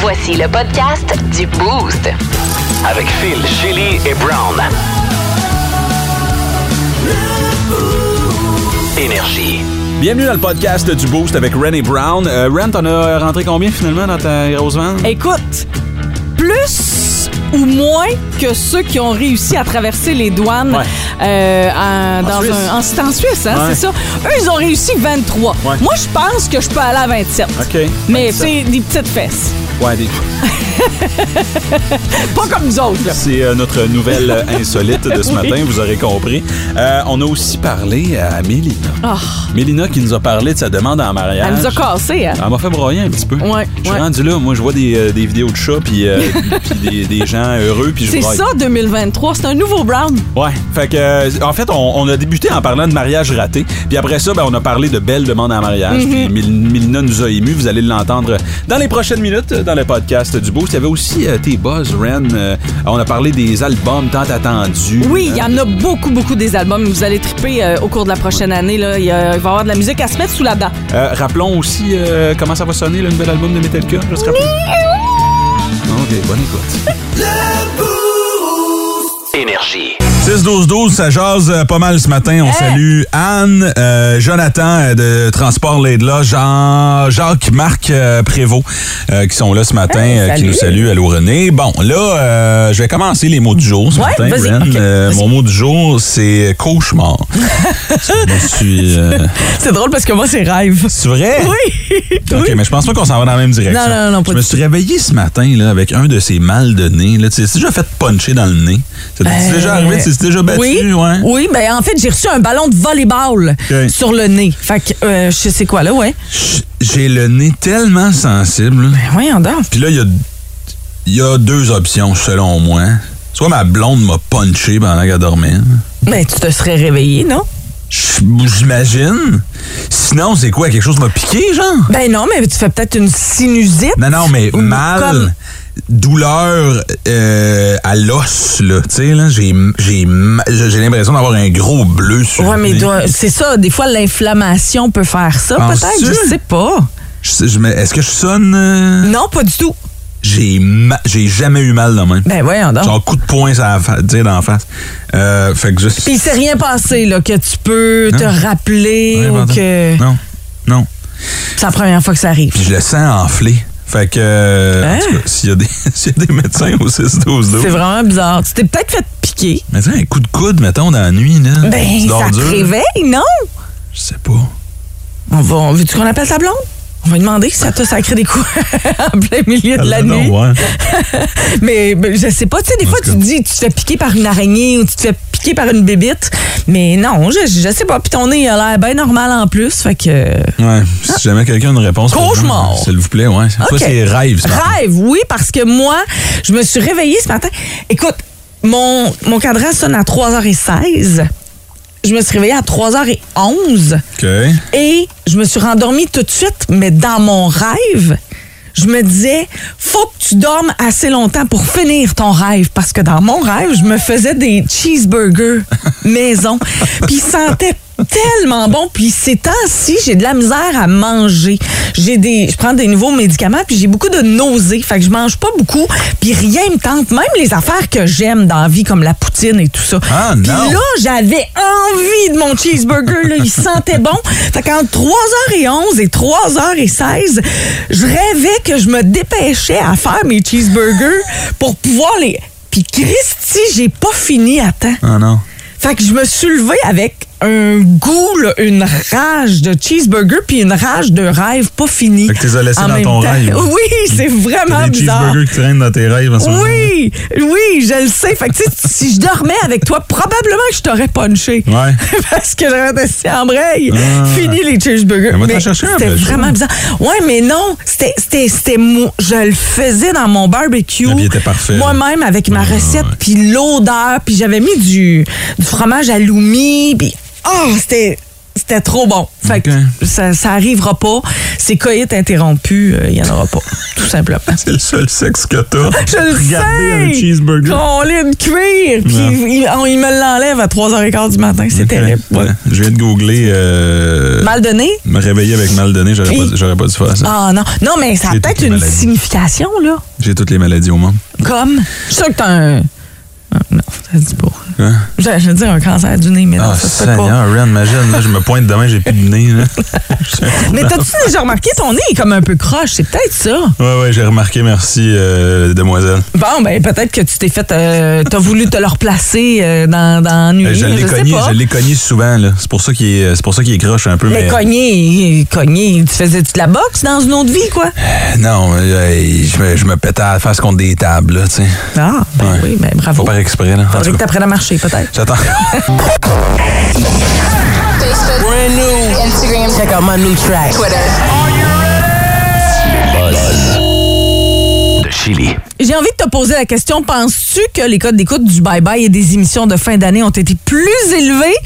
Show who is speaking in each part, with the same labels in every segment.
Speaker 1: Voici le podcast du Boost.
Speaker 2: Avec Phil, Chili et Brown. Énergie.
Speaker 3: Bienvenue dans le podcast du Boost avec Rennie Brown. Euh, Ren, t'en as rentré combien finalement dans ta grosse vente?
Speaker 4: Écoute, plus ou moins que ceux qui ont réussi à traverser les douanes
Speaker 3: Ouais.
Speaker 4: euh, en, dans
Speaker 3: Suisse.
Speaker 4: un- en- c'est en Suisse, hein,
Speaker 3: Ouais.
Speaker 4: c'est ça. Eux, ils ont réussi 23.
Speaker 3: Ouais.
Speaker 4: Moi, je pense que je peux aller à 27.
Speaker 3: OK.
Speaker 4: Mais c'est des petites fesses.
Speaker 3: Ouais, des-
Speaker 4: Pas comme nous autres. là.
Speaker 3: c'est euh, notre nouvelle euh, insolite de ce
Speaker 4: Oui.
Speaker 3: matin, vous aurez compris. Euh, on a aussi parlé à Mélina. Mélina qui nous a parlé de sa demande en mariage.
Speaker 4: Ah. Elle nous a cassé. hein.
Speaker 3: Elle m'a fait broyer un petit peu.
Speaker 4: Ouais,
Speaker 3: Je suis
Speaker 4: ouais.
Speaker 3: rendu là, moi je vois des, euh, des vidéos de chats puis euh, puis des, des gens heureux puis je
Speaker 4: C'est
Speaker 3: braille.
Speaker 4: ça, 2023. C'est un nouveau Brown.
Speaker 3: Ouais. Fait que, euh, en fait, on, on a débuté en parlant de mariage raté. Puis après ça, ben, on a parlé de belles demandes en mariage.
Speaker 4: Mhm.
Speaker 3: Puis Mil- Milena nous a émus. Vous allez l'entendre dans les prochaines minutes euh, dans le podcast du Boost. Il y avait aussi euh, tes buzz, Ren. Euh, on a parlé des albums tant attendus.
Speaker 4: Oui, il y en a beaucoup, beaucoup des albums. Vous allez triper euh, au cours de la prochaine année. Là. Il, y a- il va y avoir de la musique à se mettre sous la dent.
Speaker 3: Euh, rappelons aussi euh, comment ça va sonner le nouvel album de Metallica. Je se rappelle. Ok, bonne écoute.
Speaker 2: Énergie.
Speaker 5: 6-12-12, ça jase euh, pas mal ce matin. On salue Anne, euh, Jonathan euh, de Transport Laidla, Jean, Jacques, Marc euh, Prévost euh, qui sont là ce matin, euh, qui nous saluent. Allô René. Bon, là, euh, je vais commencer les mots du jour ce
Speaker 4: Ouais,
Speaker 5: matin,
Speaker 4: vas-y.
Speaker 5: Ren.
Speaker 4: Ok,
Speaker 5: Euh,
Speaker 4: vas-y.
Speaker 5: mon mot du jour, c'est cauchemar. Parce que je me suis... euh,
Speaker 4: C'est drôle parce que moi, c'est rêve.
Speaker 5: C'est vrai?
Speaker 4: Oui!
Speaker 5: OK, mais je pense pas qu'on s'en va dans la même
Speaker 4: Non,
Speaker 5: direction.
Speaker 4: non, non, pas
Speaker 5: Je me
Speaker 4: du
Speaker 5: suis réveillé ce matin là, avec un de ces mal de nez. Là. Tu sais, c'est déjà fait puncher dans le nez. C'est
Speaker 4: Ben,
Speaker 5: c'est déjà arrivé, tu sais, c'est déjà battu,
Speaker 6: Euh, Oui,
Speaker 5: ouais.
Speaker 6: oui, ben en fait, j'ai reçu un ballon de volleyball
Speaker 5: Ok.
Speaker 6: sur le nez. Fait que euh, je sais quoi là, ouais.
Speaker 5: J- J'ai le nez tellement sensible. là.
Speaker 6: Ben voyons donc.
Speaker 5: Puis là, il y a, il y a deux options, selon moi. Soit ma blonde m'a punché pendant qu'elle dormait.
Speaker 6: Ben tu te serais réveillé, non?
Speaker 5: J- J'imagine. Sinon, c'est quoi? Quelque chose m'a piqué, genre?
Speaker 6: Ben non, mais tu fais peut-être une sinusite.
Speaker 5: Non, non, mais
Speaker 6: Ou
Speaker 5: mal,
Speaker 6: comme-
Speaker 5: douleur euh, à l'os, là. Tu sais, là, j'ai j'ai ma- j'ai l'impression d'avoir un gros bleu sur
Speaker 6: Ouais,
Speaker 5: le
Speaker 6: mais
Speaker 5: nez.
Speaker 6: doit- c'est ça. Des fois, l'inflammation peut faire ça,
Speaker 5: Penses-tu?
Speaker 6: peut-être. Je sais pas.
Speaker 5: Je sais- je me- Est-ce que je sonne? euh,
Speaker 6: Non, pas du tout.
Speaker 5: J'ai ma- j'ai jamais eu mal de même.
Speaker 6: Ben voyons donc.
Speaker 5: Genre coup de poing, ça va dire d'en face. Euh, fait que juste.
Speaker 6: Puis il s'est rien passé là que tu peux te
Speaker 5: Non.
Speaker 6: rappeler
Speaker 5: Ouais,
Speaker 6: ou
Speaker 5: pardon.
Speaker 6: que
Speaker 5: Non, non.
Speaker 6: c'est la première fois que ça arrive.
Speaker 5: Puis je le sens enflé. Fait que, euh,
Speaker 6: Hein?
Speaker 5: en tout cas, s'il y, a des- s'il y a des médecins au 6-12-12,
Speaker 6: C'est vraiment bizarre. Tu t'es peut-être fait piquer.
Speaker 5: mais tu sais, un coup de coude, mettons, dans la nuit, là.
Speaker 6: Ben
Speaker 5: tu dors
Speaker 6: ça te
Speaker 5: dur.
Speaker 6: réveille, non?
Speaker 5: Je sais pas.
Speaker 6: On va, on- veux-tu qu'on appelle ta blonde? On va lui demander si ça t'a sacré des coups en plein milieu de la
Speaker 5: Non,
Speaker 6: nuit.
Speaker 5: ouais.
Speaker 6: Mais, mais je sais pas, tu sais, des fois,
Speaker 5: tout
Speaker 6: tu te
Speaker 5: cas.
Speaker 6: dis, tu te fais piquer par une araignée ou tu te fais piquer par une bébite. Mais non, je, je sais pas. Puis ton nez a l'air bien normal en plus. Fait que.
Speaker 5: Ouais, si jamais quelqu'un a une réponse. pour
Speaker 6: Ah. Cauchemar.
Speaker 5: nous, S'il vous plaît, ouais. Toi,
Speaker 6: Ok.
Speaker 5: c'est rêve, ce matin.
Speaker 6: Rêve, oui, parce que moi, je me suis réveillée ce matin. Écoute, mon, mon cadran sonne à 3h16. Je me suis réveillée à 3h11.
Speaker 5: OK.
Speaker 6: Et je me suis rendormie tout de suite, mais dans mon rêve, je me disais, faut que tu dormes assez longtemps pour finir ton rêve. Parce que dans mon rêve, je me faisais des cheeseburgers maison. Puis ils sentaient tellement bon. Puis ces temps-ci, j'ai de la misère à manger. J'ai des, je prends des nouveaux médicaments, puis j'ai beaucoup de nausées. Fait que je mange pas beaucoup, puis rien me tente. Même les affaires que j'aime dans la vie, comme la poutine et tout ça.
Speaker 5: Ah,
Speaker 6: Puis
Speaker 5: non.
Speaker 6: là, Oh, j'avais envie de mon cheeseburger, là. Il sentait bon. Fait qu'entre 3h11 et 3h16, je rêvais que je me dépêchais à faire mes cheeseburgers pour pouvoir les. Puis Christy, j'ai pas fini à temps.
Speaker 5: Ah non.
Speaker 6: Fait que je me suis levée avec un goût, là, une rage de cheeseburger puis une rage de rêve pas fini.
Speaker 5: Fait que t'es laissé
Speaker 6: en
Speaker 5: dans
Speaker 6: même
Speaker 5: ton rêve.
Speaker 6: Oui, c'est vraiment
Speaker 5: T'as des
Speaker 6: Ah, bizarre.
Speaker 5: cheeseburgers qui traînent dans tes rêves en ce moment.
Speaker 6: Oui, oui, je le sais. Fait que, tu sais, si je dormais avec toi, probablement que je t'aurais punché.
Speaker 5: Ouais.
Speaker 6: Parce que j'aurais resté en braille.
Speaker 5: Ah.
Speaker 6: Fini les cheeseburgers.
Speaker 5: Ben, va t'en
Speaker 6: Mais
Speaker 5: chercher un,
Speaker 6: C'était
Speaker 5: après,
Speaker 6: vraiment bizarre. Ouais, mais non, c'était, c'était, c'était mou- Je le faisais dans mon barbecue.
Speaker 5: Ah, puis il était Ah, parfait, là.
Speaker 6: Moi-même, avec ma recette, puis l'odeur, puis j'avais mis du, du fromage à l'oumi, puis. Oh, ah, c'était. c'était c'était trop bon. Fait que ça, ça arrivera pas. C'est coït interrompu, euh, il y en aura pas. Tout simplement.
Speaker 5: C'est le seul sexe que t'as.
Speaker 6: Je le
Speaker 5: Regarder
Speaker 6: sais!
Speaker 5: un cheeseburger.
Speaker 6: Qu'on l'ait une cuire, puis il, il- on- il me l'enlève à 3h15 du matin. C'est
Speaker 5: Ok.
Speaker 6: terrible.
Speaker 5: Ouais. Je viens de googler. euh,
Speaker 6: Mal donné?
Speaker 5: me réveiller avec mal donné, j'aurais
Speaker 6: Oui.
Speaker 5: pas, j'aurais pas dû faire ça.
Speaker 6: Ah non. Non, mais ça a
Speaker 5: J'ai
Speaker 6: peut-être
Speaker 5: toutes les
Speaker 6: une
Speaker 5: maladies.
Speaker 6: signification, là.
Speaker 5: J'ai toutes les maladies au monde.
Speaker 6: Comme. Je suis sûre que t'as un. Ah, Non, ça se dit pas.
Speaker 5: Hein?
Speaker 6: Je, je veux dire un cancer du nez, mais non,
Speaker 5: Ah,
Speaker 6: ça se fait pas.
Speaker 5: Seigneur, Ren, imagine, là, je me pointe demain, j'ai plus de nez. Là.
Speaker 6: Mais t'as-tu déjà remarqué ton nez est comme un peu croche? C'est peut-être ça.
Speaker 5: Ouais, ouais, j'ai remarqué, merci, euh, demoiselle.
Speaker 6: Bon, ben peut-être que tu t'es fait. euh, t'as voulu te le replacer euh, dans, dans nuit.
Speaker 5: Euh, je
Speaker 6: je
Speaker 5: l'ai
Speaker 6: sais
Speaker 5: cogné,
Speaker 6: pas.
Speaker 5: je l'ai cogné souvent, là. C'est pour ça qu'il est, c'est pour ça qu'il est croche un peu.
Speaker 6: Mais
Speaker 5: Mais,
Speaker 6: cogné, cogné, tu faisais-tu de la boxe dans une autre vie, quoi?
Speaker 5: Euh, non, euh, je, me- je me pétais à la face contre des tables, là, tu sais.
Speaker 6: Ah, ben
Speaker 5: Ouais.
Speaker 6: oui, ben bravo.
Speaker 5: Faut pas faire exprès, là. En
Speaker 6: Faudrait
Speaker 5: tout
Speaker 6: que
Speaker 5: cas,
Speaker 6: t'apprennes à marcher, peut-être.
Speaker 5: j'attends.
Speaker 7: Brand new. Instagram. Check out my new track.
Speaker 1: Twitter.
Speaker 2: de Chili.
Speaker 6: J'ai envie de te poser la question. Penses-tu que les codes d'écoute du Bye Bye et des émissions de fin d'année ont été plus élevés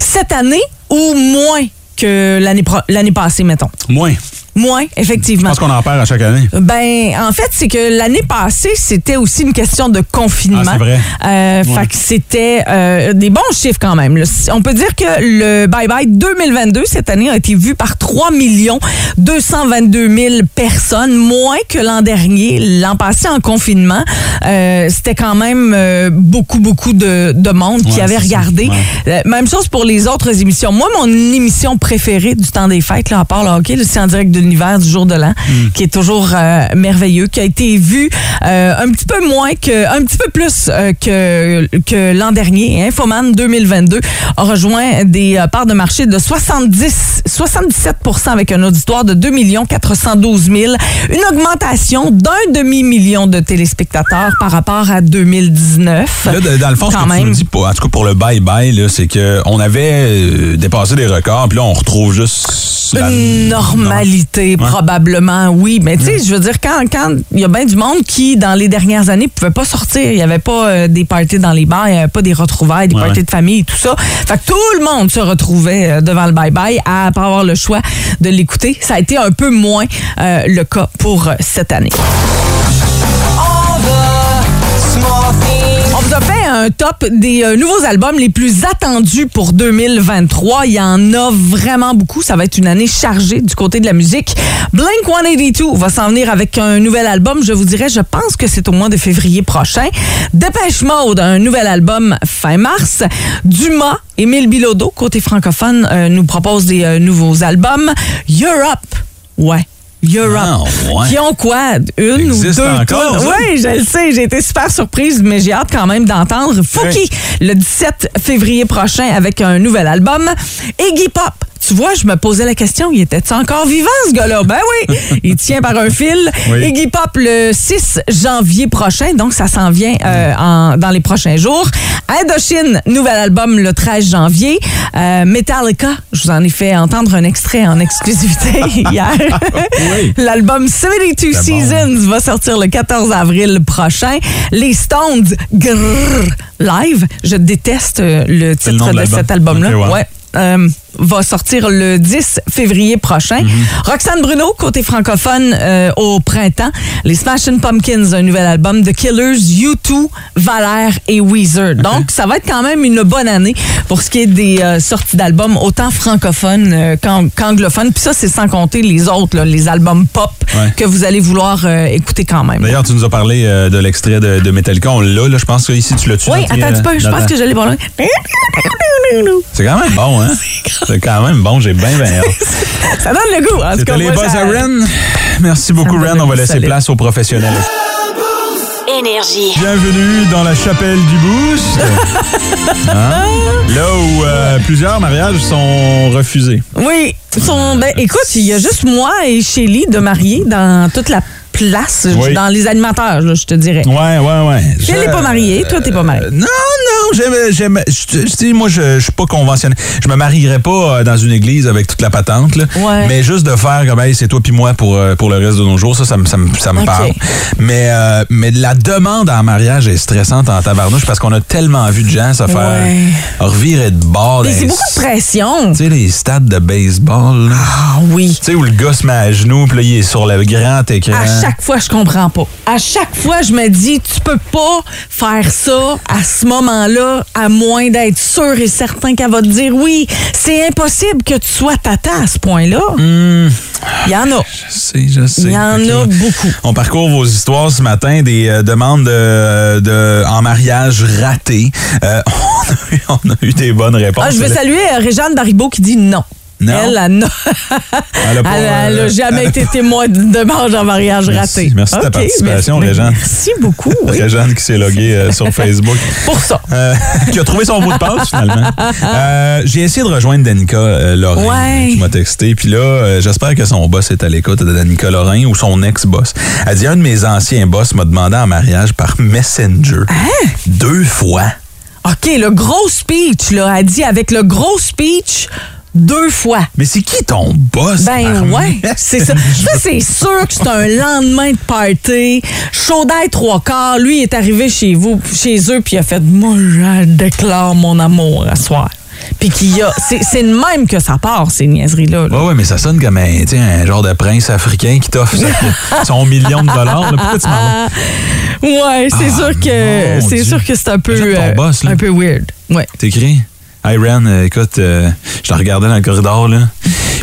Speaker 6: cette année ou moins que l'année pro- l'année passée, mettons?
Speaker 5: Moins.
Speaker 6: Moins,
Speaker 5: Je
Speaker 6: effectivement.
Speaker 5: pense qu'on en perd à chaque année.
Speaker 6: Ben, en fait, c'est que l'année passée, c'était aussi une question de confinement.
Speaker 5: Ah, c'est vrai.
Speaker 6: Euh,
Speaker 5: Ouais.
Speaker 6: Fait que c'était euh, des bons chiffres quand même. là. On peut dire que le Bye Bye 2022 cette année a été vu par 3 222 000 personnes, moins que l'an dernier. L'an passé, en confinement, euh, c'était quand même euh, beaucoup, beaucoup de, de monde qui
Speaker 5: Ouais,
Speaker 6: avait
Speaker 5: c'est ça.
Speaker 6: regardé.
Speaker 5: Ouais.
Speaker 6: Euh, Même chose pour les autres émissions. Moi, mon émission préférée du temps des fêtes, là, à part le hockey, là, c'est en direct de l'univers du jour de l'an, qui est toujours euh, merveilleux, qui a été vu euh, un petit peu moins que, un petit peu plus euh, que, que l'an dernier. Infoman 2022 a rejoint des euh, parts de marché de 70, 77 avec un auditoire de 2 412 000. Une augmentation d'un demi-million de téléspectateurs par rapport à 2019.
Speaker 5: Là, de- dans le fond, ce
Speaker 6: Quand
Speaker 5: que tu
Speaker 6: même.
Speaker 5: nous dis, pour- en tout cas pour le bye-bye, là, c'est qu'on avait euh, dépassé des records, puis là, on retrouve juste... la-
Speaker 6: Une normalité,
Speaker 5: Ouais.
Speaker 6: probablement, oui. Mais tu sais, je veux dire, quand quand il y a bien du monde qui, dans les dernières années, pouvait pas sortir, il n'y avait pas euh, des parties dans les bars, il n'y avait pas des retrouvailles, des
Speaker 5: Ouais,
Speaker 6: parties
Speaker 5: ouais.
Speaker 6: de famille, et tout ça. Fait que tout le monde se retrouvait euh, devant le bye-bye à pas avoir le choix de l'écouter. Ça a été un peu moins euh, le cas pour euh, cette année. On vous a fait un top des euh, nouveaux albums les plus attendus pour 2023. Il y en a vraiment beaucoup. Ça va être une année chargée du côté de la musique. Blink 182 va s'en venir avec un nouvel album. Je vous dirais, je pense que c'est au mois de février prochain. Dépêche Mode, un nouvel album fin mars. Dumas, Émile Bilodeau, côté francophone, euh, nous propose des euh, nouveaux albums. Europe, ouais. Europe.
Speaker 5: Ah, ouais.
Speaker 6: Qui ont quoi? Une ou deux
Speaker 5: Existe encore,
Speaker 6: tonnes?
Speaker 5: ça?
Speaker 6: Oui, je le sais, j'ai été super surprise, mais j'ai hâte quand même d'entendre Fouki le 17 février prochain avec un nouvel album. Iggy Pop. Tu vois, je me posais la question, il était encore vivant ce gars-là? Ben oui, il tient par un fil.
Speaker 5: Oui.
Speaker 6: Iggy Pop le 6 janvier prochain, donc ça s'en vient
Speaker 5: Mm.
Speaker 6: euh, en- dans les prochains jours. Indochine, nouvel album le 13 janvier. Euh, Metallica, je vous en ai fait entendre un extrait en exclusivité hier.
Speaker 5: Oui.
Speaker 6: L'album 72
Speaker 5: C'est bon.
Speaker 6: Seasons va sortir le 14 avril prochain. Les Stones, grrr, live. Je déteste euh, le
Speaker 5: le nom
Speaker 6: titre
Speaker 5: de
Speaker 6: de
Speaker 5: l'album.
Speaker 6: cet album-là.
Speaker 5: Ok, ouais.
Speaker 6: Ouais. Euh, va sortir le 10 février prochain.
Speaker 5: Mm-hmm.
Speaker 6: Roxane Bruno, côté francophone, euh, au printemps. Les Smashing Pumpkins, un nouvel album. The Killers, U2, Valère et Weezer. Donc, ça va être quand même une bonne année pour ce qui est des euh, sorties d'albums, autant francophones euh, qu'ang- qu'anglophones. Puis ça, c'est sans compter les autres, là, les albums pop
Speaker 5: Ouais.
Speaker 6: que vous allez vouloir euh, écouter quand même.
Speaker 5: D'ailleurs, tu nous as parlé euh, de l'extrait de, de Metallica. On l'a, là, je pense que ici, tu l'as-tu
Speaker 6: Oui,
Speaker 5: dans tes,
Speaker 6: attends un petit
Speaker 5: euh,
Speaker 6: peu, je
Speaker 5: dans
Speaker 6: pense
Speaker 5: ta-
Speaker 6: que je l'ai pas loin.
Speaker 5: C'est quand même bon, hein? C'est quand même bon, j'ai bien, bien hâte.
Speaker 6: Ça donne le goût. En tout cas,
Speaker 5: C'était les
Speaker 6: moi,
Speaker 5: buzz
Speaker 6: ça-
Speaker 5: à Ren. Merci beaucoup,
Speaker 6: me donne
Speaker 5: Ren. On
Speaker 6: le
Speaker 5: va laisser
Speaker 6: solide.
Speaker 5: place aux professionnels.
Speaker 1: Énergie.
Speaker 5: Bienvenue dans la chapelle du Boost. Hein? Là où euh, plusieurs mariages sont refusés.
Speaker 6: Oui. Son, ben, écoute, il y a juste moi et Shelly de mariés dans toute la place
Speaker 5: Oui.
Speaker 6: dans les alimenteurs, là, je te dirais.
Speaker 5: Ouais, Euh, ouais, ouais. Je-
Speaker 6: Elle n'est pas mariée, toi, t'es pas marié.
Speaker 5: Non, non, j'aime, j'aime, je je dis, moi, je, je suis pas conventionnel. Je me marierais pas euh, dans une église avec toute la patente, là.
Speaker 6: Ouais.
Speaker 5: Mais juste de faire comme, hey, c'est toi puis moi pour, euh, pour le reste de nos jours, ça, ça me, ça me, ça me
Speaker 6: Ok.
Speaker 5: parle. Mais, euh, mais la demande en mariage est stressante en tabarnouche parce qu'on a tellement vu de gens se faire
Speaker 6: Ouais.
Speaker 5: revirer de bord.
Speaker 6: Mais
Speaker 5: dans
Speaker 6: c'est
Speaker 5: les-
Speaker 6: beaucoup de pression.
Speaker 5: Tu sais, les stades de baseball, là.
Speaker 6: Ah oui.
Speaker 5: Tu sais, où le gars se met à genoux, puis là, il est sur le grand écran.
Speaker 6: À chaque fois, je comprends pas. À chaque fois, je me dis, tu peux pas faire ça à ce moment-là, à moins d'être sûr et certain qu'elle va te dire oui. C'est impossible que tu sois tata à ce point-là. Il
Speaker 5: Hmm.
Speaker 6: y en a.
Speaker 5: Je sais, je sais.
Speaker 6: Il y en
Speaker 5: Fait que
Speaker 6: a
Speaker 5: là,
Speaker 6: beaucoup.
Speaker 5: On parcourt vos histoires ce matin, des euh, demandes de, de- en mariage ratées. Euh, on, a eu, on a eu des bonnes réponses.
Speaker 6: Ah, je veux
Speaker 5: Elle-
Speaker 6: saluer euh, Réjeanne Baribot qui dit non.
Speaker 5: Non.
Speaker 6: Elle, elle n'a
Speaker 5: Elle a pas,
Speaker 6: elle a
Speaker 5: euh,
Speaker 6: jamais été témoin d'une demande en mariage
Speaker 5: Merci,
Speaker 6: raté.
Speaker 5: merci de ta
Speaker 6: Ok,
Speaker 5: participation,
Speaker 6: merci-
Speaker 5: Réjeanne.
Speaker 6: Merci beaucoup. oui.
Speaker 5: Réjeanne qui s'est loguée euh, sur Facebook.
Speaker 6: Pour ça.
Speaker 5: Euh, qui a trouvé son mot de passe finalement. Euh, J'ai essayé de rejoindre Danica euh, Lorrain
Speaker 6: Ouais.
Speaker 5: qui m'a texté. Puis là, euh, j'espère que son boss est à l'écoute de Danica Lorrain ou son ex-boss. Elle dit, un de mes anciens boss m'a demandé en mariage par Messenger.
Speaker 6: Ah.
Speaker 5: Deux fois.
Speaker 6: Hein? OK, le gros speech, là, a dit avec le gros speech deux fois.
Speaker 5: Mais c'est qui ton boss? par
Speaker 6: Ben ouais,
Speaker 5: Messenger?
Speaker 6: c'est ça. Ça, c'est sûr que c'est un lendemain de party. Chaudet trois quarts. Lui, il est arrivé chez vous, chez eux, puis il a fait Moi, je déclare mon amour à soir. Puis qu'il y a. C'est c'est de même que ça part, ces niaiseries-là. là.
Speaker 5: Ouais, ouais, mais ça sonne comme un, tu sais, un genre de prince africain qui t'offre sa- son million de dollars. là. Pourquoi tu m'en vas?
Speaker 6: Ouais, c'est
Speaker 5: Ah,
Speaker 6: sûr que
Speaker 5: mon
Speaker 6: c'est
Speaker 5: Dieu.
Speaker 6: sûr que c'est un peu
Speaker 5: Imagine ton
Speaker 6: euh,
Speaker 5: boss, là.
Speaker 6: un peu weird. Ouais.
Speaker 5: T'écris? Hey Ren, euh, écoute, euh, je te regardais dans le corridor, là.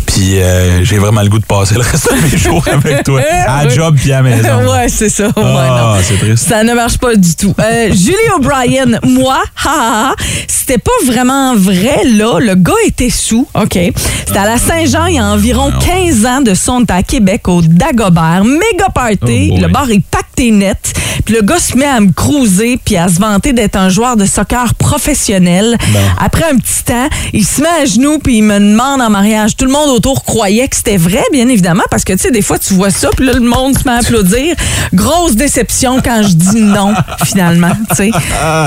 Speaker 5: Puis euh, j'ai vraiment le goût de passer le reste de mes jours avec toi. À la
Speaker 6: Ouais.
Speaker 5: job puis à la maison.
Speaker 6: ouais, c'est ça. Ouais,
Speaker 5: Ah,
Speaker 6: non.
Speaker 5: c'est triste.
Speaker 6: Ça ne marche pas du tout. Euh, Julie O'Brien, moi, ha, ha, ha, c'était pas vraiment vrai, là. Le gars était sous, OK. C'était à la Saint-Jean, il y a environ
Speaker 5: Ah,
Speaker 6: 15 ans de son à Québec, au Dagobert. Méga party.
Speaker 5: Oh boy.
Speaker 6: le bar est pacté net. Puis le gars se met à me cruiser puis à se vanter d'être un joueur de soccer professionnel. Après un petit temps, il se met à genoux puis il me demande en mariage. Tout le monde autour croyait que c'était vrai, bien évidemment, parce que, tu sais, des fois, tu vois ça puis là, le monde se met à applaudir. Grosse déception quand je dis non, finalement, tu sais.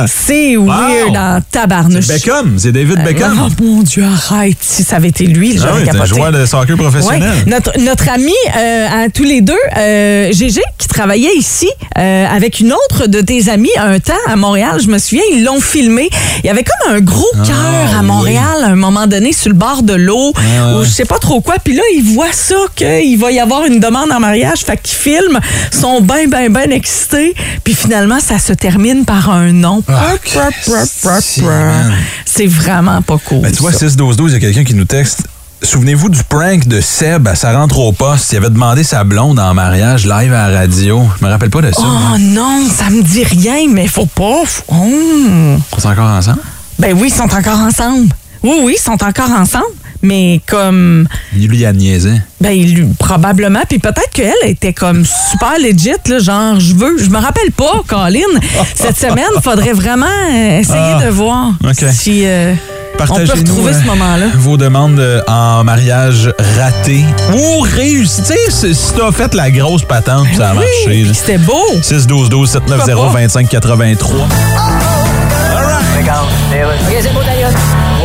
Speaker 6: C'est weird en tabarnouche.
Speaker 5: Ah. Beckham, c'est David Beckham.
Speaker 6: Oh mon Dieu, arrête. Si ça avait été lui,
Speaker 5: Ah
Speaker 6: j'aurais
Speaker 5: oui, c'est un
Speaker 6: capoté.
Speaker 5: joueur de soccer professionnel.
Speaker 6: Ouais. Notre, notre ami euh, à tous les deux, euh, Gégé, qui travaillait ici euh, avec une autre de tes amies un temps à Montréal, je me souviens, ils l'ont filmé. Il y avait comme un gros cœur à
Speaker 5: Ah, oui. Ah,
Speaker 6: Montréal à un moment donné sur le bord de l'eau
Speaker 5: ouais,
Speaker 6: ou
Speaker 5: ouais.
Speaker 6: je sais pas trop quoi. Puis là, il voit ça qu'il va y avoir une demande en mariage. Fait qu'ils filment, sont ben, ben, ben excités. Puis finalement, ça se termine par un non.
Speaker 5: Ah,
Speaker 6: Prap, prap, prap,
Speaker 5: si,
Speaker 6: prap.
Speaker 5: man.
Speaker 6: C'est vraiment pas cool.
Speaker 5: Mais Ben, tu vois,
Speaker 6: ça.
Speaker 5: 6-12-12, il y a quelqu'un qui nous texte. Souvenez-vous du prank de Seb à sa rentre au poste. Il avait demandé sa blonde en mariage live à la radio. Je me rappelle pas de ça. hein.
Speaker 6: Oh non, ça me dit rien, mais faut pas. faut- Oh.
Speaker 5: On est encore ensemble?
Speaker 6: Ben oui, ils sont encore ensemble. Oui, oui, ils sont encore ensemble. Mais comme,
Speaker 5: Il lui a niaisé.
Speaker 6: ben il- probablement, puis peut-être qu'elle était comme super legit, là, genre je veux, je me rappelle pas, Colin. Cette semaine, faudrait vraiment euh, essayer
Speaker 5: Ah,
Speaker 6: de voir
Speaker 5: ok.
Speaker 6: si euh, on peut
Speaker 5: Partagez-nous,
Speaker 6: retrouver
Speaker 5: euh,
Speaker 6: ce moment-là.
Speaker 5: Vos demandes euh, en mariage ratées ou réussies. Tu sais, si- si t'as fait la grosse patente, puis ça a marché. là.
Speaker 6: Ben Oui, c'était beau.
Speaker 5: 6 12 12 790 25 83.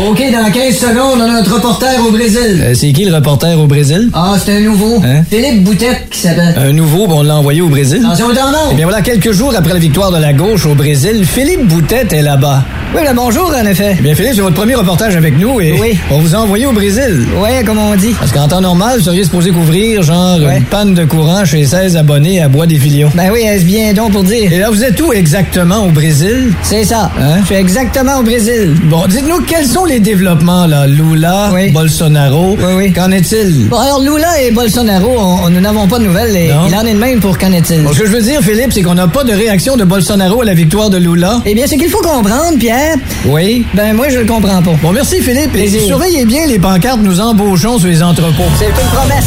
Speaker 8: OK, dans 15 secondes, on a notre reporter au Brésil.
Speaker 7: Euh, c'est qui le reporter au Brésil?
Speaker 8: Ah, c'est un nouveau.
Speaker 7: Hein?
Speaker 8: Philippe Boutette qui s'appelle.
Speaker 7: Un nouveau, ben, on l'a envoyé au Brésil.
Speaker 8: Attention au
Speaker 7: Eh
Speaker 8: tendon.
Speaker 7: bien voilà, quelques jours après la victoire de la gauche au Brésil, Philippe Boutette est là-bas.
Speaker 8: Oui, le bonjour, en effet.
Speaker 7: Eh bien Philippe, c'est votre premier reportage avec nous et
Speaker 8: Oui.
Speaker 7: on vous a envoyé au Brésil.
Speaker 8: Ouais, comme on dit.
Speaker 7: Parce qu'en temps normal, vous seriez supposé couvrir genre
Speaker 8: Ouais.
Speaker 7: une panne de courant chez 16 abonnés à Bois des Filions.
Speaker 8: Ben oui, est-ce bien donc pour
Speaker 7: Et
Speaker 8: dire?
Speaker 7: là, vous êtes où exactement au Brésil?
Speaker 8: C'est ça.
Speaker 7: Hein?
Speaker 8: Je suis exactement au Brésil.
Speaker 7: Bon, dites-nous quels sont les développements là, Lula,
Speaker 8: Oui.
Speaker 7: Bolsonaro.
Speaker 8: Oui, oui.
Speaker 7: Qu'en est-il
Speaker 8: Bon, alors Lula et Bolsonaro, on- on- Oh, nous n'avons pas de nouvelles et
Speaker 7: Non.
Speaker 8: il en est de même pour qu'en est-il.
Speaker 7: Bon, Ce que je veux dire, Philippe, c'est qu'on n'a pas de réaction de Bolsonaro à la victoire de Lula.
Speaker 8: Eh bien, ce qu'il faut comprendre, Pierre,
Speaker 7: Oui.
Speaker 8: ben moi, je le comprends pas.
Speaker 7: Bon, merci Philippe. Et
Speaker 8: Plaisir.
Speaker 7: surveillez bien les pancartes nous embauchons sur les entrepôts.
Speaker 8: C'est une promesse.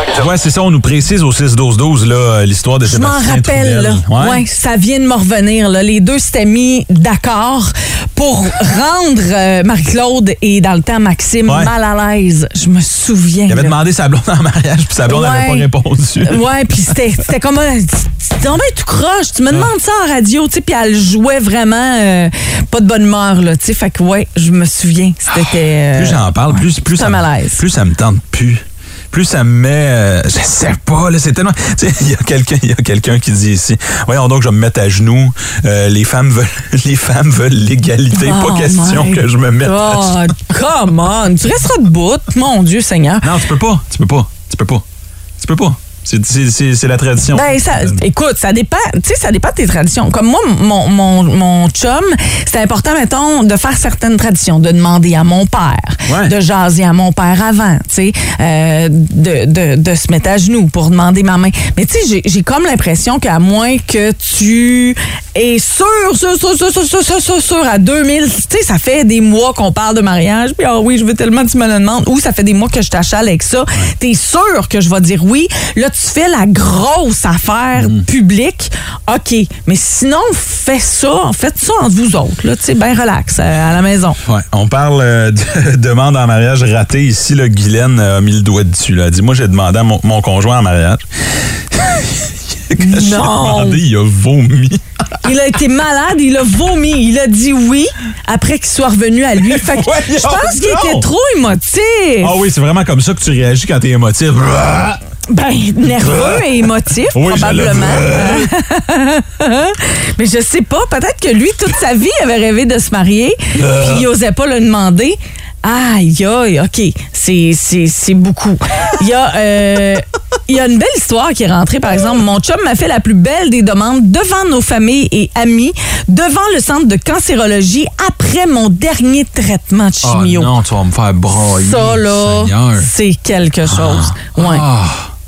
Speaker 2: Exactement.
Speaker 5: Ouais, c'est ça, on nous précise au 6-12-12 là, euh, l'histoire de
Speaker 6: Je m'en
Speaker 5: Sébastien
Speaker 6: rappelle, là.
Speaker 5: Trudel. Ouais.
Speaker 6: Ouais, ça vient de me revenir. Là. Les deux s'étaient mis d'accord pour rendre euh, Marie-Claude et, dans le temps, Maxime
Speaker 5: Ouais.
Speaker 6: mal à l'aise. Je me souviens.
Speaker 5: Il avait
Speaker 6: là.
Speaker 5: demandé sa blonde en mariage, puis sa blonde n'avait
Speaker 6: Ouais.
Speaker 5: pas répondu.
Speaker 6: Ouais, puis c'était c'était comme un. C'était vraiment ben, tout croche. Tu me demandes ça en radio, tu sais, puis elle jouait vraiment euh, pas de bonne humeur, là, tu sais. Fait que, ouais, je me souviens. C'était. euh,
Speaker 5: Ah, Plus j'en parle, plus, plus,
Speaker 6: c'est un
Speaker 5: me-
Speaker 6: malaise.
Speaker 5: plus ça me tente plus. Plus ça me met. euh, je sais pas, là, c'est tellement. Tu sais, il y a quelqu'un il y a quelqu'un qui dit ici Voyons donc, je vais me mettre à genoux. Euh, les femmes veulent les femmes veulent l'égalité.
Speaker 6: Oh
Speaker 5: pas question
Speaker 6: my
Speaker 5: que je me mette à genoux.
Speaker 6: God, come on. Tu resteras debout. Mon Dieu, Seigneur.
Speaker 5: Non, tu peux pas. Tu peux pas. Tu peux pas. Tu peux pas. C'est- C'est c'est- c'est la tradition. Euh,
Speaker 6: Ben, ça, écoute, ça dépend, tu sais, ça dépend de tes traditions. Comme moi, mon, mon, mon chum, c'est important, mettons, de faire certaines traditions, de demander à mon père,
Speaker 5: Ouais.
Speaker 6: de jaser à mon père avant, tu sais, euh, de, de, de se mettre à genoux pour demander ma main. Mais tu sais, j'ai- j'ai comme l'impression qu'à moins que tu es sûr, sûr, sûr, sûr, sûr, sûr, sûr, sûr, sûr, à 2000, tu sais, ça fait des mois qu'on parle de mariage, puis ah oui, je veux tellement que tu me le demandes, ou ça fait des mois que je t'achale avec ça, t'es sûr que je vais dire oui. Là, tu fais la grosse affaire publique, OK. Mais sinon, fais ça, faites ça entre vous autres, là, tu sais, ben relax, euh, à la maison.
Speaker 5: Ouais, on parle euh, de demande en mariage ratée. Ici, le Guylaine a mis le doigt dessus. Là. Elle dit, moi, j'ai demandé à mon, mon conjoint en mariage. Quand je l'ai
Speaker 6: Non.
Speaker 5: demandé, il a vomi.
Speaker 6: Il a été malade, il a vomi, il a dit oui après qu'il soit revenu à lui. Fait que
Speaker 5: Voyons
Speaker 6: je pense qu'il
Speaker 5: donc!
Speaker 6: était trop émotif.
Speaker 5: Ah oui, c'est vraiment comme ça que tu réagis quand t'es émotif.
Speaker 6: Ben, nerveux et émotif,
Speaker 5: Oui, je
Speaker 6: probablement. Mais je sais pas, peut-être que lui, toute sa vie, avait rêvé de se marier, puis il n'osait pas le demander. Aïe, aïe, OK, c'est- c'est c'est beaucoup. Il y, a, euh, il y a une belle histoire qui est rentrée, par exemple. Mon chum m'a fait la plus belle des demandes devant nos familles et amis, devant le centre de cancérologie, après mon dernier traitement de
Speaker 5: Oh
Speaker 6: chimio.
Speaker 5: Ah, tu vas me faire broyer.
Speaker 6: Ça, là, c'est quelque chose. Ouais.
Speaker 5: Ah,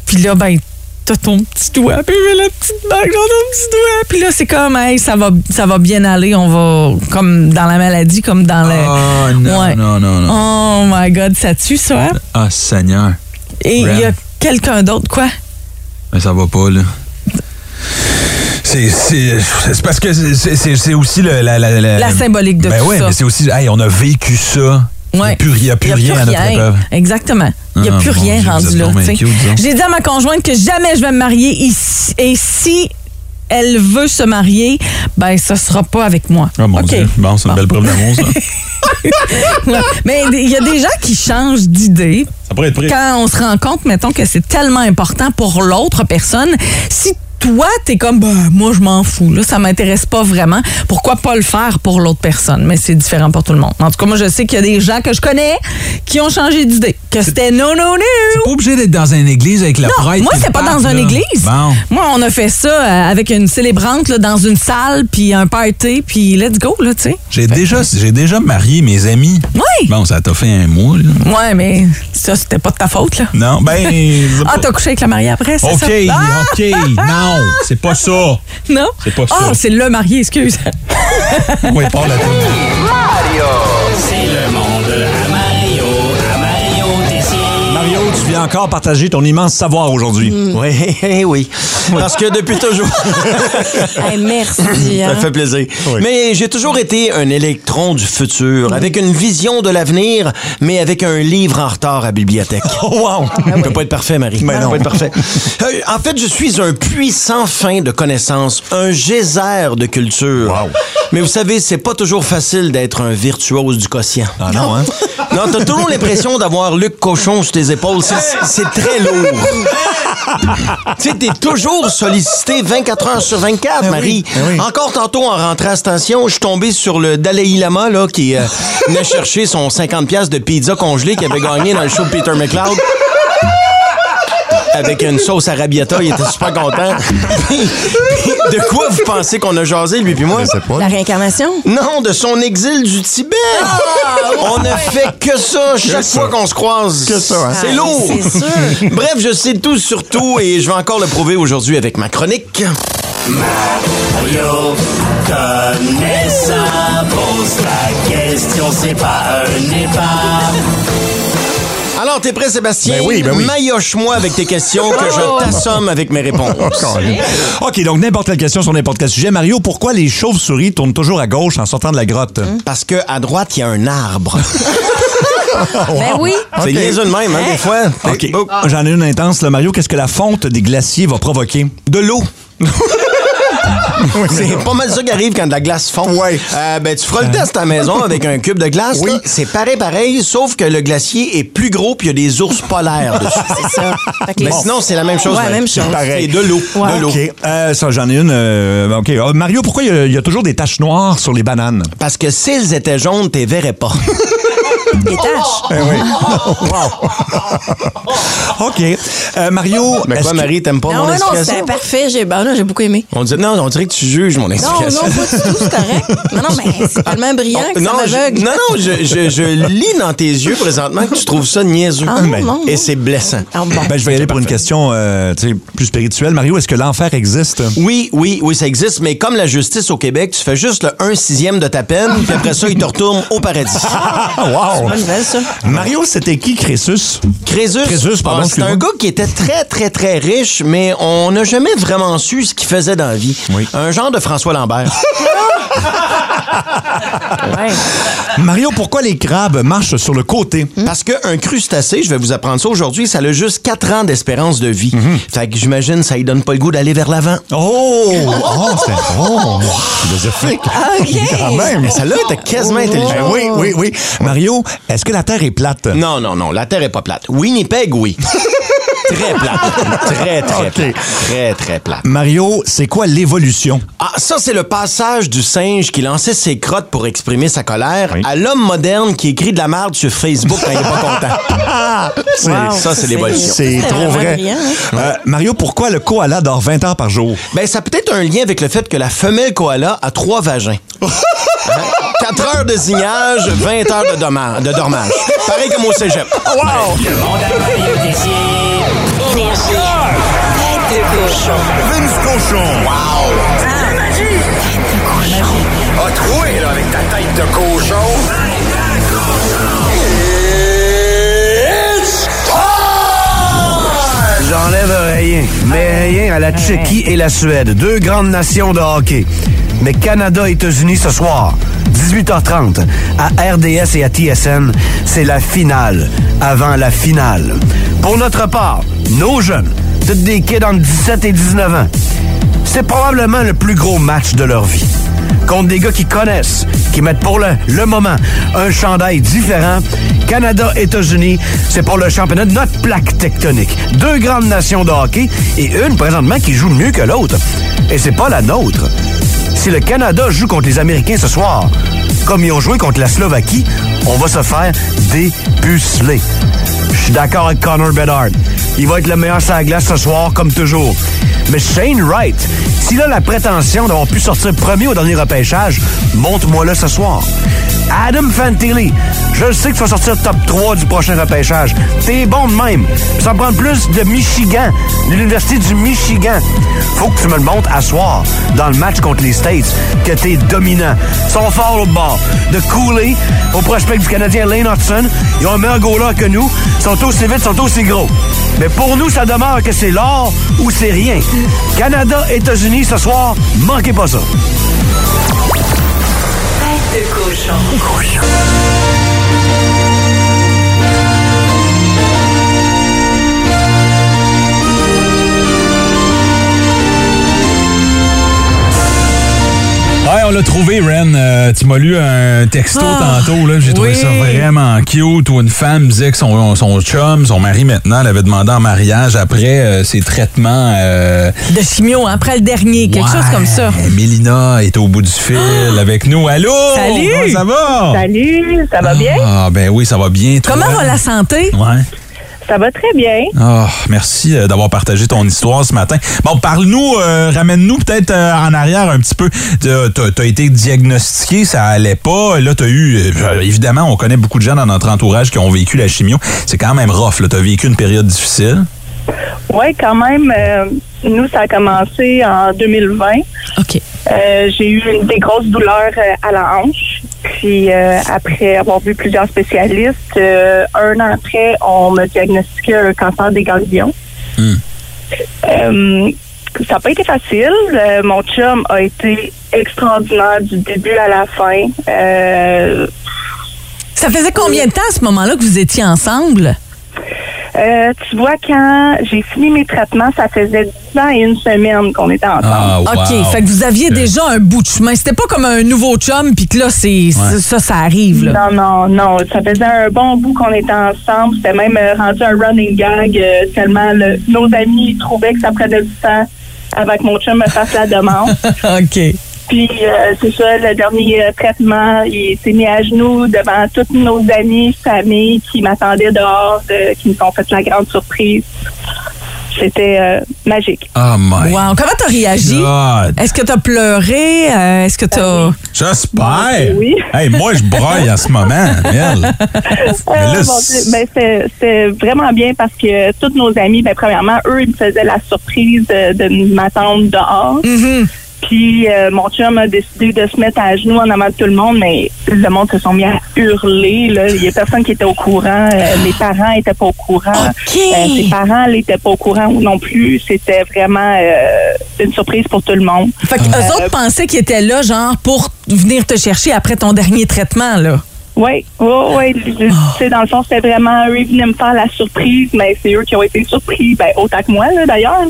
Speaker 6: Puis là, ben, t'as ton petit doigt, puis j'ai la petite bague dans ton petit doigt. Puis là, c'est comme, hey, ça va, ça va bien aller, on va, comme dans la maladie, comme dans le...
Speaker 5: Oh, non,
Speaker 6: Ouais.
Speaker 5: non, non, non.
Speaker 6: Oh my God, ça tue, ça? hein?
Speaker 5: Ah, Seigneur.
Speaker 6: Et il y a
Speaker 5: Ren.
Speaker 6: quelqu'un d'autre, quoi?
Speaker 5: Mais ça va pas, là. C'est c'est- c'est parce que c'est- c'est c'est aussi le- la, la, la,
Speaker 6: La symbolique de
Speaker 5: ben
Speaker 6: tout
Speaker 5: ouais,
Speaker 6: ça.
Speaker 5: mais c'est aussi, hey, on a vécu ça. Il n'y
Speaker 6: Ouais.
Speaker 5: a plus, il y a plus
Speaker 6: Il y a
Speaker 5: rien à notre épreuve.
Speaker 6: Exactement. Il n'y a
Speaker 5: Ah,
Speaker 6: plus
Speaker 5: mon
Speaker 6: rien
Speaker 5: Dieu, vous
Speaker 6: rendu
Speaker 5: êtes
Speaker 6: là.
Speaker 5: donc bien
Speaker 6: tu sais.
Speaker 5: cute, donc.
Speaker 6: J'ai dit à ma conjointe que jamais je vais me marier ici. Et si elle veut se marier, ben, ce sera pas avec moi.
Speaker 5: Ah, mon
Speaker 6: OK.
Speaker 5: Dieu. Bon, c'est une
Speaker 6: Bon.
Speaker 5: belle preuve d'amour, ça.
Speaker 6: Ouais. Mais il y a des gens qui changent d'idée.
Speaker 5: Ça pourrait être pris.
Speaker 6: Quand on se rend compte, mettons, que c'est tellement important pour l'autre personne, si toi, t'es comme, ben, moi, je m'en fous, là, ça m'intéresse pas vraiment, pourquoi pas le faire pour l'autre personne? Mais c'est différent pour tout le monde. En tout cas, moi, je sais qu'il y a des gens que je connais qui ont changé d'idée, que c'était non, non, non.
Speaker 5: pas obligé d'être dans une église avec la
Speaker 6: Non, moi, c'est pas dans une église.
Speaker 5: Bon.
Speaker 6: Moi, on a fait ça euh, avec une célébrante là, dans une salle, puis un party, puis let's go, là, tu sais.
Speaker 5: J'ai déjà, j'ai déjà marié mes amis.
Speaker 6: Oui.
Speaker 5: Bon, ça t'a fait un mois, là.
Speaker 6: Ouais, mais ça, c'était pas de ta faute, là.
Speaker 5: Non, ben. c'est
Speaker 6: Ah,
Speaker 5: pas-
Speaker 6: t'as couché avec la mariée après, c'est
Speaker 5: OK,
Speaker 6: ça? Ah!
Speaker 5: OK. Non, c'est pas ça.
Speaker 6: Non?
Speaker 5: C'est pas
Speaker 6: Ah,
Speaker 5: ça.
Speaker 6: c'est le marié, excuse.
Speaker 5: Oui, parle la tune.
Speaker 9: Mario, tu viens encore partager ton immense savoir aujourd'hui.
Speaker 10: Oui, eh oui. Parce que depuis toujours,
Speaker 4: Hey, merci.
Speaker 10: ça
Speaker 4: hein.
Speaker 10: me fait plaisir. Mais j'ai toujours été un électron du futur, avec une vision de l'avenir, mais avec un livre en retard à bibliothèque. Oh wow!
Speaker 4: Ah
Speaker 10: ne peut pas être parfait, Marie. Mais non. peut pas être parfait. Euh, en fait, je suis un puits sans fin de connaissances, un geyser de culture. Mais vous savez, c'est pas toujours facile d'être un virtuose du quotient.
Speaker 9: Ah non, hein?
Speaker 10: Non, t'as toujours l'impression d'avoir Luc Cochon sur tes épaules. C'est- C'est très lourd. tu sais, t'es toujours sollicité 24 heures sur 24, Marie. Encore tantôt, en rentrant à station, je suis tombé sur le Dalai Lama, là, qui euh, venait chercher son 50$ piastres de pizza congelée qu'il avait gagné dans le show de Peter McLeod avec une sauce arabiata, il était super content. de quoi vous pensez qu'on a jasé, lui puis moi?
Speaker 4: La réincarnation?
Speaker 10: Non, de son exil du Tibet.
Speaker 4: Ah,
Speaker 10: On ne fait que ça chaque fois qu'on se croise. Que ça.
Speaker 9: hein.
Speaker 10: C'est
Speaker 4: Ah,
Speaker 10: lourd.
Speaker 4: c'est sûr.
Speaker 10: Bref, je sais tout sur tout et je vais encore le prouver aujourd'hui avec ma chronique. Alors, t'es prêt, Sébastien?
Speaker 9: Ben oui, ben oui.
Speaker 10: Maillotche-moi avec tes questions que
Speaker 4: Oh.
Speaker 10: je t'assomme avec mes
Speaker 9: Oh,
Speaker 10: réponses.
Speaker 9: OK, donc n'importe quelle question sur n'importe quel sujet. Mario, pourquoi les chauves-souris tournent toujours à gauche en sortant de la grotte?
Speaker 10: Parce que à droite, il y a un arbre.
Speaker 11: Ben oui.
Speaker 10: C'est
Speaker 9: OK.
Speaker 10: niaiseux de même, hein, des fois.
Speaker 9: OK. J'en ai une intense, là, Mario. Qu'est-ce que la fonte des glaciers va provoquer? De l'eau.
Speaker 10: C'est pas mal ça qui arrive quand de la glace fond. Ouais. ben, tu feras le test à la maison avec un cube de glace. Oui. C'est pareil, pareil, sauf que le glacier est plus gros puis il y a des ours polaires dessus.
Speaker 11: C'est ça. Fait que
Speaker 10: Mais
Speaker 11: les-
Speaker 10: sinon, c'est la même chose.
Speaker 11: Ouais, même chose.
Speaker 10: C'est de l'eau.
Speaker 11: Ouais.
Speaker 10: De l'eau.
Speaker 9: OK. Euh, ça, j'en ai une. euh, OK. Euh, Mario, pourquoi il y a- il y, a toujours des taches noires sur les bananes?
Speaker 10: Parce que s'ils étaient jaunes, t'es verrais pas.
Speaker 11: Des taches.
Speaker 9: Eh oui. OK. Euh, Mario.
Speaker 10: Mais
Speaker 9: est-ce
Speaker 10: quoi,
Speaker 9: que-
Speaker 10: Marie, t'aimes pas
Speaker 11: Non,
Speaker 10: mon
Speaker 11: ouais, non,
Speaker 10: explication?
Speaker 11: c'était parfait. J'ai ben, non, j'ai beaucoup aimé.
Speaker 10: on dit, non, on dirait que tu juges mon
Speaker 11: Non, non,
Speaker 10: explication.
Speaker 11: pas du tout, c'est correct. Non, non, mais c'est tellement
Speaker 6: Oh,
Speaker 11: brillant que ça
Speaker 10: non, je,
Speaker 11: m'aveugle.
Speaker 10: non, non, je, je, je lis dans tes yeux présentement que tu trouves ça niaiseux.
Speaker 11: Ah, non, non,
Speaker 10: Et
Speaker 11: non.
Speaker 10: c'est blessant.
Speaker 11: Ah, bon.
Speaker 9: Ben, je vais y aller pour une question euh, tu sais, plus spirituelle. Mario, est-ce que l'enfer existe?
Speaker 10: Oui, oui, oui, ça existe, mais comme la justice au Québec, tu fais juste le 1 sixième de ta peine, puis après ça, ils te retournent au paradis.
Speaker 9: wow!
Speaker 11: Bonne nouvelle, ça.
Speaker 9: Mario, c'était qui, Crésus?
Speaker 10: Crésus,
Speaker 9: Crésus, pardon,
Speaker 10: ah, c'est un
Speaker 9: excuse-moi.
Speaker 10: gars qui était très, très, très riche, mais on n'a jamais vraiment su ce qu'il faisait dans la vie.
Speaker 9: Oui.
Speaker 10: Un genre de François Lambert.
Speaker 9: Mario, pourquoi les crabes marchent sur le côté?
Speaker 10: Parce qu'un crustacé, je vais vous apprendre ça aujourd'hui, ça a juste 4 ans d'espérance de vie.
Speaker 9: Mhm.
Speaker 10: Fait que j'imagine, ça lui donne pas le goût d'aller vers l'avant.
Speaker 9: Oh! Oh, c'est oh, philosophique. Quand même.
Speaker 10: Mais celle-là était quasiment
Speaker 9: Ben
Speaker 10: intelligente.
Speaker 9: oui, oui, oui. Mario, est-ce que la Terre est plate?
Speaker 10: Non, non, non, la Terre est pas plate. Winnipeg, oui. très plate. Très, très
Speaker 9: Ok.
Speaker 10: plate. Très, très plate.
Speaker 9: Mario, c'est quoi l'évolution?
Speaker 10: Ah, ça, c'est le passage du singe qui lançait ses crottes pour exprimer sa colère à l'homme moderne qui écrit de la merde sur Facebook quand il est pas content. C'est-
Speaker 11: Wow,
Speaker 10: ça, c'est l'évolution.
Speaker 9: C'est
Speaker 11: C'est
Speaker 9: trop
Speaker 11: vraiment
Speaker 9: vrai.
Speaker 11: brillant, hein?
Speaker 9: Euh, Mario, pourquoi le koala dort 20 heures par jour?
Speaker 10: Ben, ça a peut-être un lien avec le fait que la femelle koala a trois vagins.
Speaker 9: Hein?
Speaker 10: 4 heures de zignage, 20 heures de, doma- de dormage. Pareil comme au cégep.
Speaker 1: Énergie. Tête de cochon.
Speaker 12: Vince Cochon. Wow! Ah, troué, là, avec ta tête de cochon. It's time!
Speaker 13: J'enlève rien, mais rien à la Tchéquie et la Suède, deux grandes nations de hockey. Mais Canada, États-Unis ce soir, 18h30, à RDS et à TSN, c'est la finale, avant la finale. Pour notre part, nos jeunes, toutes des kids entre 17 et 19 ans, c'est probablement le plus gros match de leur vie. Contre des gars qui connaissent, qui mettent pour le, le moment un chandail différent. Canada, États-Unis, c'est pour le championnat de notre plaque tectonique. Deux grandes nations de hockey et une présentement qui joue mieux que l'autre. Et c'est pas la nôtre. Si le Canada joue contre les Américains ce soir, comme ils ont joué contre la Slovaquie, on va se faire dépuceler. Je suis d'accord avec Connor Bedard. Il va être le meilleur sur la glace ce soir, comme toujours. Mais Shane Wright, s'il a la prétention d'avoir pu sortir premier au dernier repêchage, montre-moi-le ce soir. Adam Fantilli, je le sais que tu vas sortir top 3 du prochain repêchage. T'es bon de même. Ça prend plus de Michigan, de l'Université du Michigan. Faut que tu me le montres à soir, dans le match contre les States, que t'es dominant. Ils sont forts au bord. De Cooley, au prospect du Canadien Lane Hudson, ils ont un meilleur goaler que nous, ils sont aussi vite, ils sont aussi gros. Mais pour nous, ça demeure que c'est l'or ou c'est rien. Canada, États-Unis ce soir, manquez pas ça.
Speaker 1: Tête de cochon.
Speaker 5: Ouais, on l'a trouvé, Ren. Euh, tu m'as lu un texto
Speaker 4: Ah,
Speaker 5: tantôt. là. J'ai trouvé
Speaker 4: oui.
Speaker 5: ça vraiment cute où une femme disait que son, son chum, son mari maintenant, l'avait demandé en mariage après euh, ses traitements. euh,
Speaker 6: De chimio, hein, après le dernier, quelque chose comme ça.
Speaker 5: Ouais, Mélina est au bout du fil avec nous. Allô?
Speaker 6: Salut!
Speaker 5: Comment ça va?
Speaker 14: Salut, ça va bien?
Speaker 5: Ah, ben oui, ça va bien. toi?
Speaker 6: Comment va la santé?
Speaker 5: Ouais.
Speaker 14: Ça va très bien.
Speaker 5: Ah, merci euh, d'avoir partagé ton histoire ce matin. Bon, parle-nous, euh, ramène-nous peut-être euh, en arrière un petit peu. T'as as été diagnostiqué, ça allait pas. Là, t'as eu, euh, évidemment, on connaît beaucoup de gens dans notre entourage qui ont vécu la chimio. C'est quand même rough, là. T'as vécu une période difficile.
Speaker 14: Oui, quand même, euh, nous, ça a commencé en 2020.
Speaker 6: OK.
Speaker 14: Euh, j'ai eu une- des grosses douleurs euh, à la hanche. Puis euh, après avoir vu plusieurs spécialistes, euh, un an après, on m'a diagnostiqué un cancer des ganglions. Euh, ça n'a pas été facile. Euh, mon chum a été extraordinaire du début à la fin. Euh,
Speaker 6: Ça faisait combien de temps à ce moment-là que vous étiez ensemble?
Speaker 14: euh, tu vois, quand j'ai fini mes traitements, ça faisait 10 ans et une semaine qu'on était ensemble.
Speaker 6: Ah,
Speaker 5: Ah,
Speaker 6: OK, fait que vous aviez déjà un bout de chemin. C'était pas comme un nouveau chum, puis que là, c'est c'est- ça, ça arrive. Là.
Speaker 14: Non, non, non. Ça faisait un bon bout qu'on était ensemble. C'était même euh, rendu un running gag euh, tellement le- nos amis trouvaient que ça prenait du temps avant que mon chum me fasse la demande.
Speaker 6: OK.
Speaker 14: Puis, euh, c'est ça, le dernier euh, traitement, il s'est mis à genoux devant toutes nos amis, familles qui m'attendaient dehors, euh, qui nous ont fait la grande surprise. C'était euh, magique.
Speaker 5: Oh my.
Speaker 6: Wow. Comment t'as réagi?
Speaker 5: God.
Speaker 6: Est-ce que t'as pleuré? Euh, Est-ce que t'as.
Speaker 5: J'espère.
Speaker 14: Oui.
Speaker 5: Hey, moi, je broille en ce moment, Miel.
Speaker 14: Euh,
Speaker 5: Mais là,
Speaker 14: mon Dieu, ben, c'était- c'était vraiment bien parce que tous nos amis, ben, premièrement, eux, ils me faisaient la surprise de, de m'attendre dehors.
Speaker 6: Mhm.
Speaker 14: Puis euh, mon chum a décidé de se mettre à genoux en avant de tout le monde, mais le monde se sont mis à hurler. là. Il n'y a personne qui était au courant. Euh, mes parents n'étaient pas au courant. Euh, ses parents n'étaient pas au courant non plus. C'était vraiment euh, une surprise pour tout le monde.
Speaker 6: Fait que eux autres pensaient qu'ils étaient là, genre, pour venir te chercher après ton dernier traitement, là.
Speaker 14: Oui, oui, oui. Dans le fond, c'était vraiment eux, ils venaient me faire la surprise, mais c'est eux qui ont été surpris, ben, autant que moi, là, d'ailleurs.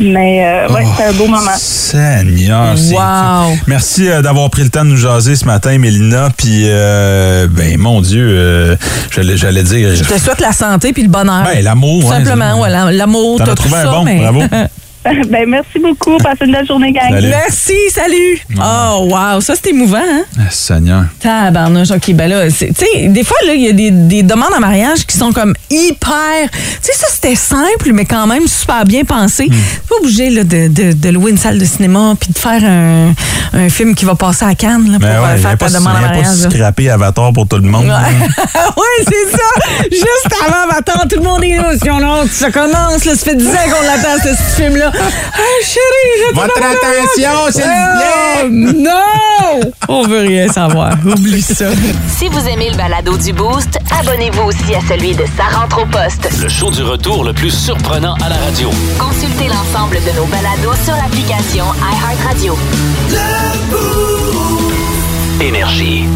Speaker 14: Mais euh,
Speaker 5: Oh.
Speaker 14: ouais, c'était un beau moment.
Speaker 5: Seigneur, c'est-
Speaker 14: Wow.
Speaker 5: Merci euh, d'avoir pris le temps de nous jaser ce matin, Mélina. Puis, euh, ben, mon Dieu, euh, j'allais j'allais dire.
Speaker 6: Je te souhaite la santé puis le bonheur.
Speaker 5: Ben, l'amour,
Speaker 6: Tout
Speaker 5: ouais,
Speaker 6: Simplement,
Speaker 5: c'est-
Speaker 6: ouais, la- l'amour,
Speaker 5: T'en
Speaker 6: t'as
Speaker 5: as
Speaker 6: tout
Speaker 5: trouvé un
Speaker 6: ça,
Speaker 5: bon,
Speaker 6: mais- Ben,
Speaker 5: bravo. Ah,
Speaker 14: ben, merci beaucoup. Passez une belle journée, gang.
Speaker 5: Salut.
Speaker 6: Merci, salut. Oh, wow, ça, c'est émouvant, hein?
Speaker 5: Ah, Seigneur.
Speaker 6: Tabarnouche, OK, ben là, c'est- tu sais, des fois, là, il y a des, des demandes en mariage qui sont comme hyper... Tu sais, ça, c'était simple, mais quand même super bien
Speaker 5: Hmm.
Speaker 6: pensé. T'es pas obligé, là, de, de- de louer une salle de cinéma puis de faire un, un film qui va passer à Cannes, là, pour
Speaker 5: Ben
Speaker 6: euh,
Speaker 5: ouais, il
Speaker 6: faire
Speaker 5: a
Speaker 6: ta
Speaker 5: pas si-
Speaker 6: demande en
Speaker 5: il a pas
Speaker 6: mariage.
Speaker 5: si
Speaker 6: là.
Speaker 5: scrappé Avatar pour tout le monde.
Speaker 6: Ouais, Ouais, c'est ça. Juste avant, mais attends, tout le monde est là. Si on a honte, ça commence. Là, ça fait 10 ans qu'on l'attend, ce petit film-là. Ah, chérie, je te
Speaker 12: Votre
Speaker 6: demande-
Speaker 12: attention, s'il vous
Speaker 6: Ah, Non! On veut rien savoir. Oublie ça.
Speaker 15: Si vous aimez le balado du Boost, abonnez-vous aussi à celui de Sa rentre au poste.
Speaker 2: Le show du retour le plus surprenant à la radio.
Speaker 15: Consultez l'ensemble de nos balados sur l'application iHeartRadio.
Speaker 2: Énergie.